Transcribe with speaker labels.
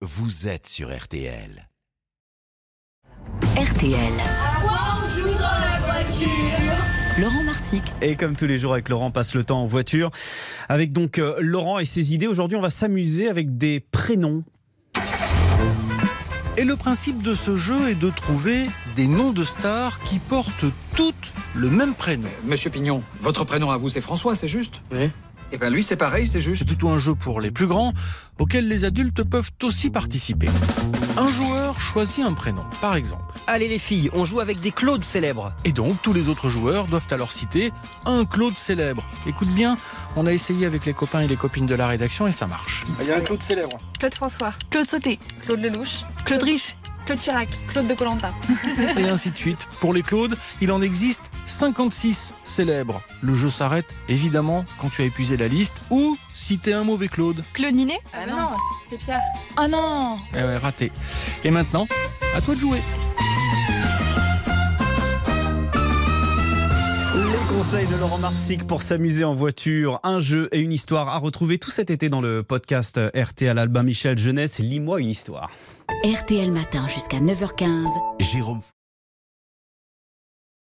Speaker 1: Vous êtes sur RTL.
Speaker 2: RTL.
Speaker 3: joue dans la voiture.
Speaker 2: Laurent Marsic.
Speaker 4: Et comme tous les jours avec Laurent, on passe le temps en voiture. Avec donc euh, Laurent et ses idées, aujourd'hui on va s'amuser avec des prénoms.
Speaker 5: Et le principe de ce jeu est de trouver des noms de stars qui portent toutes le même prénom.
Speaker 6: Monsieur Pignon, votre prénom à vous c'est François, c'est juste
Speaker 5: Oui.
Speaker 6: Eh bien lui c'est pareil, c'est juste.
Speaker 5: C'est plutôt un jeu pour les plus grands, auquel les adultes peuvent aussi participer. Un joueur choisit un prénom, par exemple.
Speaker 7: Allez les filles, on joue avec des Claudes célèbres.
Speaker 5: Et donc tous les autres joueurs doivent alors citer un Claude célèbre. Écoute bien, on a essayé avec les copains et les copines de la rédaction et ça marche.
Speaker 8: Claude François, Claude Sauté, Claude Lelouch, Claude Rich, Claude Chirac, Claude de Colanta.
Speaker 5: Et ainsi de suite. Pour les Claudes, il en existe 56 célèbres. Le jeu s'arrête évidemment quand tu as épuisé la liste ou si t'es un mauvais Claude.
Speaker 8: Claude Ninet Ah non, c'est Pierre. Ah non
Speaker 5: Eh ouais, raté. Et maintenant, à toi de jouer.
Speaker 4: Le conseil de Laurent Marsic pour s'amuser en voiture, un jeu et une histoire à retrouver tout cet été dans le podcast euh, RTL Albin Michel Jeunesse. Lis-moi une histoire.
Speaker 2: RTL matin jusqu'à 9h15.
Speaker 1: Jérôme